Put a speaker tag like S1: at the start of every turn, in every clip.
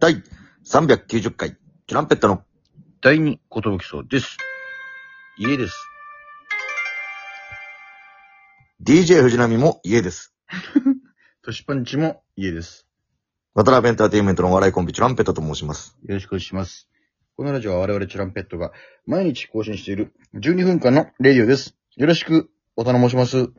S1: 第390回、トランペットの、
S2: 第二寿そうです。家です。
S1: DJ 藤波も家です。
S2: トシパンチも家です。
S1: 渡辺エンターテインメントのお笑いコンビ、トランペットと申します。
S2: よろしくお願いします。このラジオは我々チュランペットが毎日更新している12分間のレディオです。よろしくお頼申します。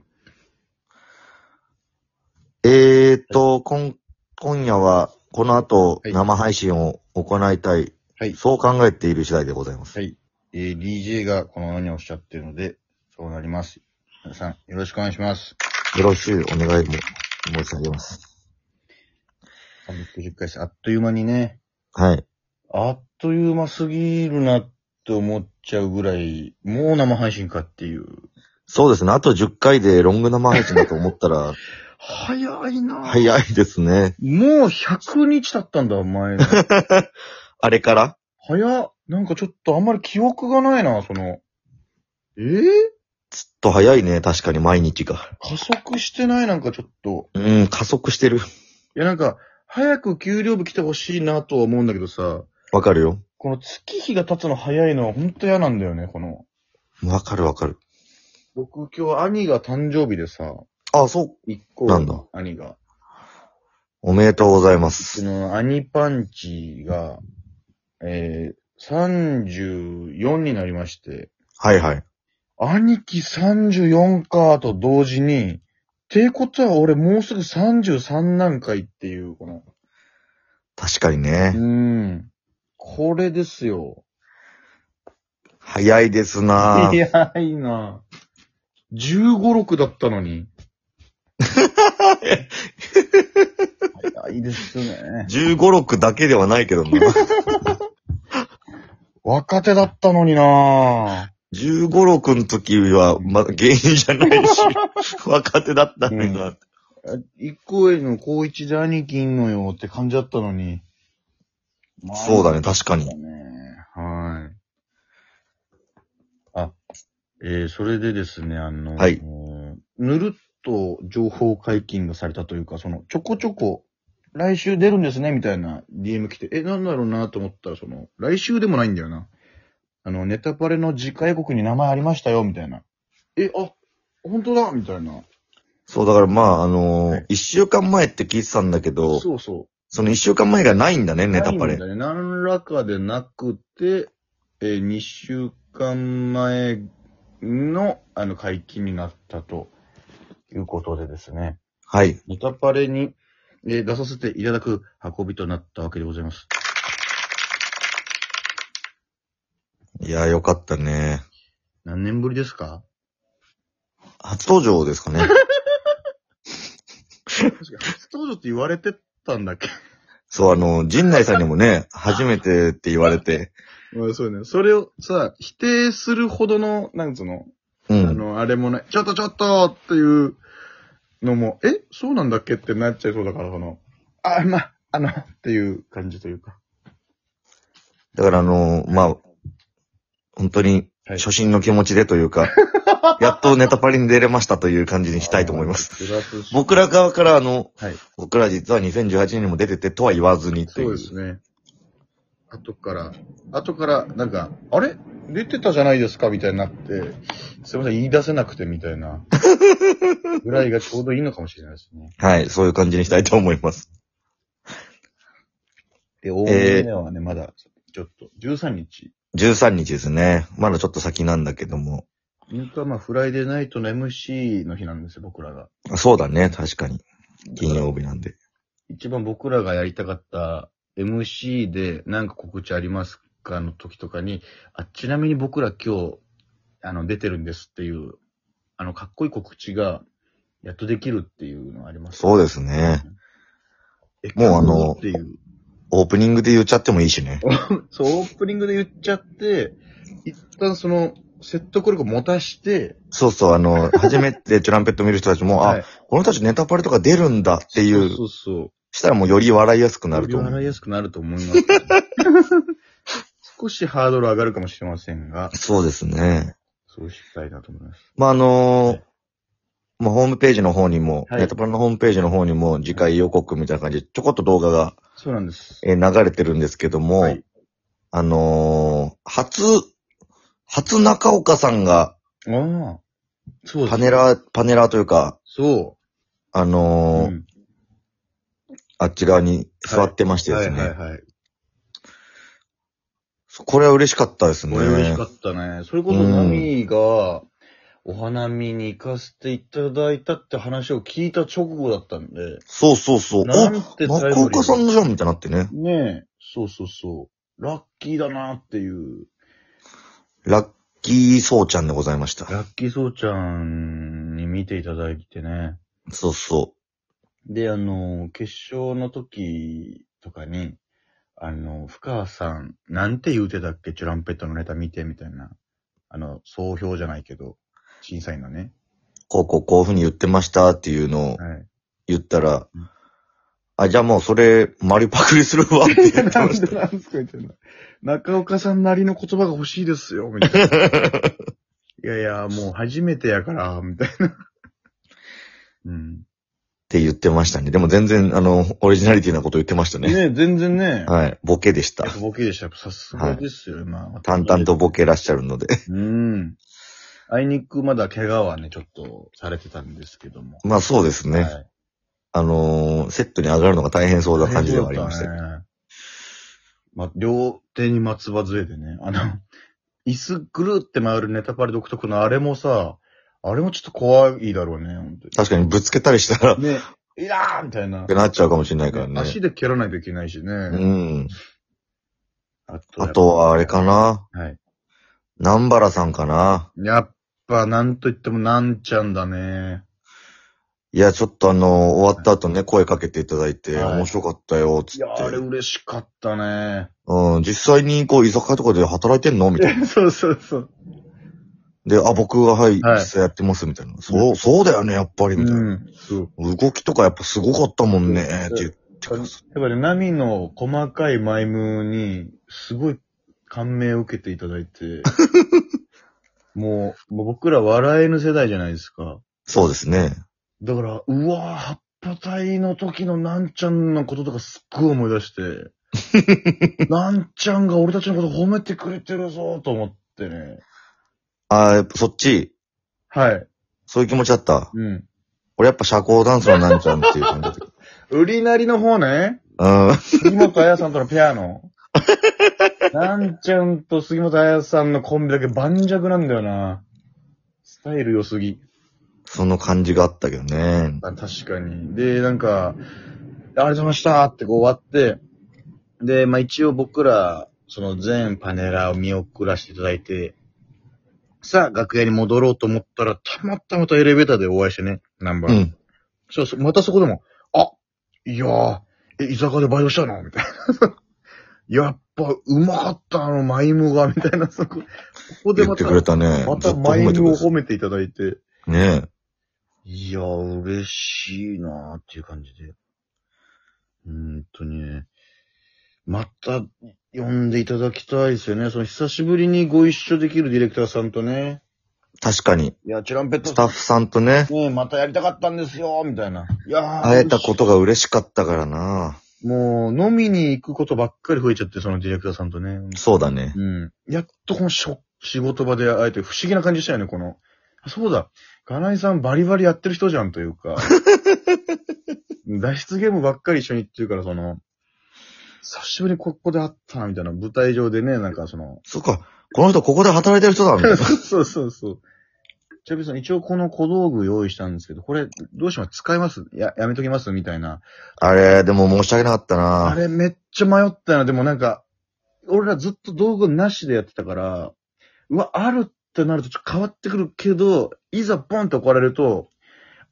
S1: えーと、今、今夜は、この後、
S2: はい
S1: 生配信を行いたい,、
S2: はい
S1: そう考えている次第でございます。
S2: はい。えー、DJ がこのようにおっしゃってるので、そうなります。皆さん、よろしくお願いします。
S1: よろしゅうお願いも申し上げます。
S2: 390回です。あっという間にね、
S1: はい。
S2: あっという間すぎるなって思っちゃうぐらい、もう生配信かっていう。
S1: そうですね。あと10回でロング生配信だと思った ら、
S2: 早いなぁ
S1: 早いですね。
S2: もう100日経ったんだ、お前の。
S1: あれから
S2: 早っ。なんかちょっとあんまり記憶がないな、その。えぇ、
S1: ちょっと早いね。確かに毎日が。
S2: 加速してないなんかちょっと。
S1: うん、加速してる。
S2: いやなんか、早く給料日来てほしいなとは思うんだけどさ、
S1: わかるよ。
S2: この月日が経つの早いのはほんと嫌なんだよね、この。
S1: わかるわかる。
S2: 僕今日兄が誕生日でさ、
S1: あ、そう。
S2: 一個
S1: なんだ
S2: 兄が。
S1: おめでとうございま
S2: そ
S1: す。
S2: の、兄パンチが、えー、34になりまして。
S1: はいはい。
S2: 兄貴34かと同時に、ってことは俺もうすぐ33なんかいっていう、この。
S1: 確かに
S2: うー
S1: ね。
S2: ん。これですよ。
S1: 早いですなぁ。
S2: 早いな15、6だったのに。 早いですね。
S1: 15、6だけではないけどな。
S2: 若手だったのにな
S1: 15、6の時は、まだ芸人じゃない し、若手だったのにな。
S2: 一個上の高一で兄貴いんのよって感じだったのに。まあ
S1: そうだね、確か
S2: だ
S1: に。
S2: ね。はい。あ、えー、それでですね、あの、
S1: はい
S2: うんぬるっと情報解禁がされたというか、その、ちょこちょこ、来週出るんですね、みたいな DM 来て、え、なんだろうなと思ったら、その、来週でもないんだよな。あの、ネタパレの次回国に名前ありましたよ、みたいな。え、あ、本当だ、みたいな。
S1: そう、だからまあ、あの
S2: は
S1: ー
S2: い、
S1: 一週間前って聞いてたんだけど、
S2: そうそう。
S1: その一週間前がないんだね、ネタパ
S2: ない
S1: レ
S2: ん。だね。何らかでなくて、えー、2週間前の、あの、解禁になったということでですね。
S1: はい。
S2: ネタパレに、えー出させていただく運びとなったわけでございます。
S1: いや、よかったね。
S2: 何年ぶりですか
S1: 初登場ですか ね。
S2: 確か初登場って言われてたんだっけ
S1: そう、あの、陣内さんにもね、初めてって言われて、
S2: まあそうね。それをさ、否定するほどの、なんつうの、
S1: う
S2: あ
S1: ん。
S2: の、あれもない。ちょっとちょっとっていうのも、えそうなんだっけってなっちゃいそうだから、その、あ、まあ、あの、っていう感じというか。
S1: だからあのー、まあ、本当に
S2: はい
S1: 初心の気持ちでという か、やっとネタパリに出れましたという感じにしたいと思います。
S2: プラス。
S1: 僕ら側からあの、
S2: はい
S1: 僕ら実は2018年にも出ててとは言わずにってい
S2: そう
S1: う。
S2: ですね。後から、後から、なんか、あれ出てたじゃないですかみたいになって、すいません、言い出せなくてみた いな。ぐらいがちょうどいいのかもしれないですね。
S1: はい、そういう感じにしたいと思います。
S2: で、大目ではね、まだ、ちょっと、13日。
S1: 13日ですね。まだちょっと先なんだけども。
S2: 本当はまあ、フライデーナイトの MC の日なんですよ、僕らが。
S1: そうだね、確かに。金曜日なんで。
S2: 一番僕らがやりたかった MC でなんか告知ありますかの時とかに、あ、ちなみに僕ら今日、あの、出てるんですっていう、あの、かっこいい告知が、やっとできるっていうのはあります、
S1: そうですね。
S2: え
S1: もうあの
S2: 今日っていう。
S1: オープニングで言っちゃってもいいしね。
S2: そう、オープニングで言っちゃって、一旦その、説得力を持たして、
S1: そうそう、あ の、初めてチュランペット見る人たちも、
S2: はい
S1: あ、この人たちネタパレとか出るんだってい、
S2: そううそうそう。
S1: したらもうより笑いやすくなると
S2: より
S1: 思。
S2: 笑いうやすくなると思 います。少しハードル上がるかもしれませんが、
S1: そうですね。
S2: そうしたいなと思います。
S1: まあ、あ
S2: は
S1: のー
S2: い
S1: まあ、ホームページの方にも、
S2: はい
S1: ネタパレのホームページの方にも、次回予告みたいな感じで、ちょこっと動画が
S2: そうそうなんです。
S1: えー流れてるんですけども、
S2: はい
S1: あのー初、初中岡さんが、
S2: ああ。そうです
S1: パネラー、パネラーというか、
S2: そ
S1: あ
S2: う。
S1: のー
S2: うん
S1: あっち側に座ってましてで
S2: は
S1: す
S2: い
S1: ね。
S2: はいはい。
S1: これは嬉しかったですね。
S2: これ嬉しかったね。それこそナミが、お花見に行かせていただいたって話を聞いた直後だったんで、
S1: そうそうそう。
S2: な
S1: あ、
S2: んてタイ
S1: 中
S2: ムリ
S1: 岡さん
S2: ー
S1: のじゃんみたいになってね。
S2: ねえ、そうそうそう。ラッキーだなっていう。
S1: ラッキーそうちゃんでございました。
S2: ラッキーそうちゃんに見ていただいてね。
S1: そうそ
S2: で、あの、決勝の時とかに、あの、深川さん、なんて言うてたっけチュランペットのネタ見て、みたいな。あの、総評じゃないけど、審査員のね。
S1: う。こうこうこういうふうに言ってましたっていうのを
S2: はい。
S1: 言ったら
S2: うん、
S1: あ、じゃあもうそれ、マリパクリするわっ て言って
S2: なん
S1: まし
S2: で
S1: た。
S2: なんですかみたいな。中岡さんなりの言葉が欲しいですよ、み たいな。いやいや、もう初めてやから、みたいな。うん。
S1: って言ってましたね。でも全然、あの、オリジナリティなこと言ってましたね。
S2: ね全然ね。
S1: はい。ボケでした
S2: やっ。ぱボケでした。やっぱさすがですよ、まあ。
S1: 淡々とボケらっしゃるので。
S2: うん。あいにくまだ怪我はね、ちょっとされてたんですけども。
S1: まあそうですね。
S2: はい
S1: あのーセットに上がるのが大変そうな感じではありましたけど。
S2: ね。ま、両手に松葉杖でね、あの、椅子ぐるって回るネタパレ独特のあれもさ、あれもちょっと怖いだろうね、本
S1: 確かにぶつけたりしたら、
S2: 当に。ね、いやーみたいな
S1: って。なっちゃうかもしれないからね。
S2: 足で蹴らないといけないしね。
S1: うん。
S2: あと
S1: あとはあれかな。
S2: はい。
S1: 南原さんかな。
S2: やっぱ、なんと言ってもなんちゃんだね。
S1: いや、ちょっとあのー終わった後ね、声かけていただいて、
S2: はい
S1: 面白かったよ、つ
S2: い
S1: って
S2: や。ー、あれ嬉しかっ たね。
S1: うん、実際にこう、居酒屋とかで働いてんのみたいな。
S2: そうそうそう。
S1: で、あ、僕が、はい、
S2: はい
S1: 実際やってます、みたいな。そう、そうだよね、やっぱり、みたいな。
S2: ん。そう。
S1: 動きとかやっぱすごかったもんね、って言って
S2: や
S1: く
S2: っ
S1: だ
S2: ぱり、ナミの細かいマイムに、すごい感銘を受けていただいて、もう、もう僕ら笑えぬ世代じゃないですか。
S1: そうですね。
S2: だから、うわぁ、八歩隊の時のなんちゃんのこととかすっごい思い出して、なんちゃんが俺たちのこと褒めてくれてるぞと思ってね。
S1: あーやっぱそっち、
S2: はい。
S1: そういう気持ちだった。
S2: うん。
S1: 俺やっぱ社交ダンスのなんちゃんっていう感じだったけど。
S2: 売りなりの方ね。
S1: うん。
S2: 杉本彩さんとのペアの。なんちゃんと杉本彩さんのコンビだけ盤石なんだよな。スタイル良すぎ。
S1: その感じがあったけどね。
S2: あ確かに。で、なんか、ありがとうございましたってこう終わって、で、まあ一応僕ら、その全パネラーを見送らせていただいて、さあ、楽屋に戻ろうと思ったら、たまたまたエレベーターでお会いしてね、ナンバ
S1: う
S2: ー。
S1: ん。
S2: そうそう、またそこでも、あ、いやー、え、居酒屋でバイトしたのみたいな。やっぱ、うまかった、あの、マイムが、みたいな、そこ。ここで
S1: 言っ
S2: ま
S1: て
S2: た、
S1: くれたね。
S2: ま
S1: ずったと
S2: マ
S1: 褒
S2: イ
S1: めてく
S2: ムを
S1: れた
S2: 褒めていただいて。
S1: ねえ。
S2: いや、嬉しいなーっていう感じで。うーんとね。また、呼んでいただきたいですよね。その、久しぶりにご一緒できるディレクターさんとね。
S1: 確かに。
S2: いや、チュランペット
S1: スタッフさんとね、
S2: ねえまたやりたかったんですよ、みたいな。いやー
S1: 会えたことが嬉しかったからな。
S2: もう、飲みに行くことばっかり増えちゃって、そのディレクターさんとね。
S1: そうだね。
S2: うん。やっとこのしょ仕事場で会えて、不思議な感じしたよね、この。あそうだ、ガナイさんバリバリやってる人じゃんというか。脱出ゲームばっかり一緒に行ってるから、その、久しぶりにここで会ったな、みたいな。舞台上でね、なんかその、
S1: そっか、この人ここで働いてる人だみたいな。
S2: そうそうそう。チャビさん、一応この小道具用意したんですけど、これ、どうします使いますや、やめときますみたいな。
S1: あれ、でも申し訳なかった
S2: あ
S1: な。
S2: れめっちゃ迷ったな。でもなんか、俺らずっと道具なしでやってたから、うわ、あるってなるとちょっと変わってくるけど、いざポンって怒られると、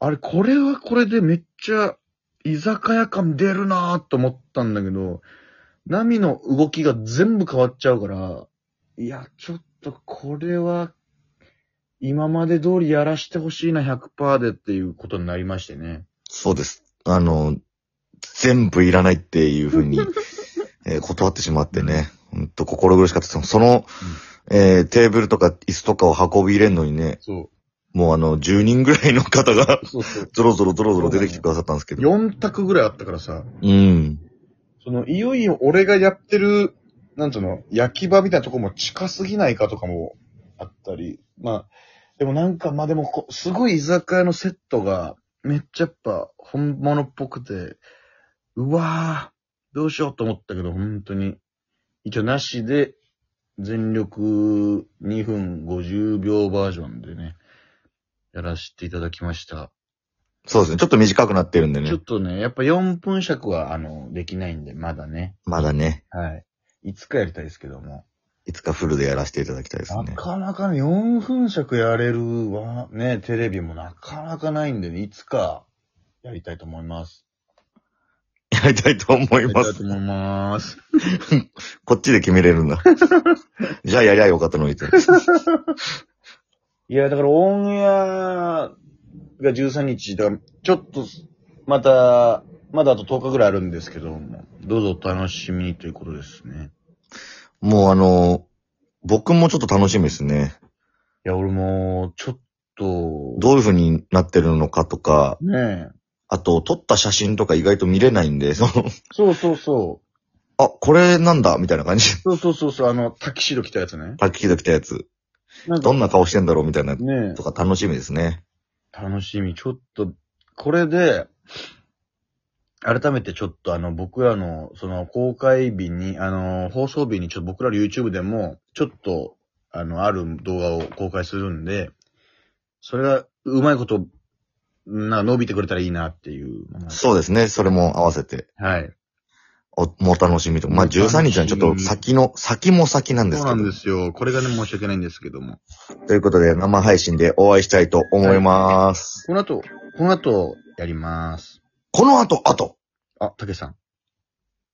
S2: あれ、これはこれでめっちゃ居酒屋感出るなーと思ったんだけど、ナミの動きが全部変わっちゃうから、いや、ちょっとこれは、今まで通りやらしてほしいな、100%でっていうことになりましてね。
S1: そうです。あの、全部いらないっていうふう に、えー断ってしまってね。ほんと心苦しかったです。その、えーテーブルとか椅子とかを運び入れんのにね、
S2: そ
S1: もうあの、10人ぐらいの方が、
S2: う。そうそう。
S1: ゾロゾロゾロゾロ出てきてくださったんですけど。
S2: 4択ぐらいあったからさ、
S1: うん。
S2: その、いよいよ俺がやってる、なんつうの、焼き場みたいなとこも近すぎないかとかもあったり、まあ、でもなんか、まあでもこ、すごい居酒屋のセットが、めっちゃやっぱ、本物っぽくて、うわぁ、どうしようと思ったけど、本当に。一応なしで、全力2分50秒バージョンでね、やらせていただきました。
S1: そうですね。ちょっと短くなってるんで
S2: ちょ
S1: ね
S2: っ。とね、やっぱ4分尺は、あの、できないんで、まだね。
S1: まだね、
S2: はい。いつかやりたいですけども。
S1: いつかフルでやらせていただきたいです
S2: な
S1: ね。
S2: かなかね、4分尺やれるわ、ね、テレビもなかなかないんでね、いつかやりたいと思います。
S1: やりたいと思いま
S2: やりたい
S1: す
S2: と。思います。
S1: こっちで決めれる んだ。じゃあやりゃよかったのにって。
S2: いや、だからオンエアが13日だから、ちょっと、また、まだあと10日ぐらいあるんですけども、どうぞお楽しみにということですね。
S1: もうあの、僕もちょっと楽しみですね。
S2: いや、俺も、ちょっと、
S1: どういう風になってるのかとか、
S2: ねえ。
S1: あと撮った写真とか意外と見れないんで、その、
S2: そうそうそう。
S1: あ、これなんだみたいな感じ。
S2: そうそうそうそう、あの、タキシード着たやつね。
S1: パッキード来たやつ。
S2: なん
S1: ど
S2: か、
S1: んな顔してんだろうみたいな
S2: ねえ
S1: とか楽しみですね。
S2: 楽しみ。ちょっと、これで、改めてちょっとあの、僕らの、その、公開日に、あの、放送日に、ちょっと僕らの YouTube でも、ちょっと、あの、ある動画を公開するんで、それが、うまいこと、な、伸びてくれたらいいなっていう。
S1: そうですね。それも合わせて。
S2: はい。
S1: お、もう楽しみと。まあ、
S2: もう楽し
S1: 13
S2: み
S1: 日はちょっと先の、先も先なんで
S2: そう
S1: すけ
S2: な
S1: ど。
S2: んですよ。これがね、申し訳ないんですけども。
S1: ということで、生配信でお会いしたいと思います。
S2: この後、この後、やります。
S1: この後、後
S2: あ、たけしさん。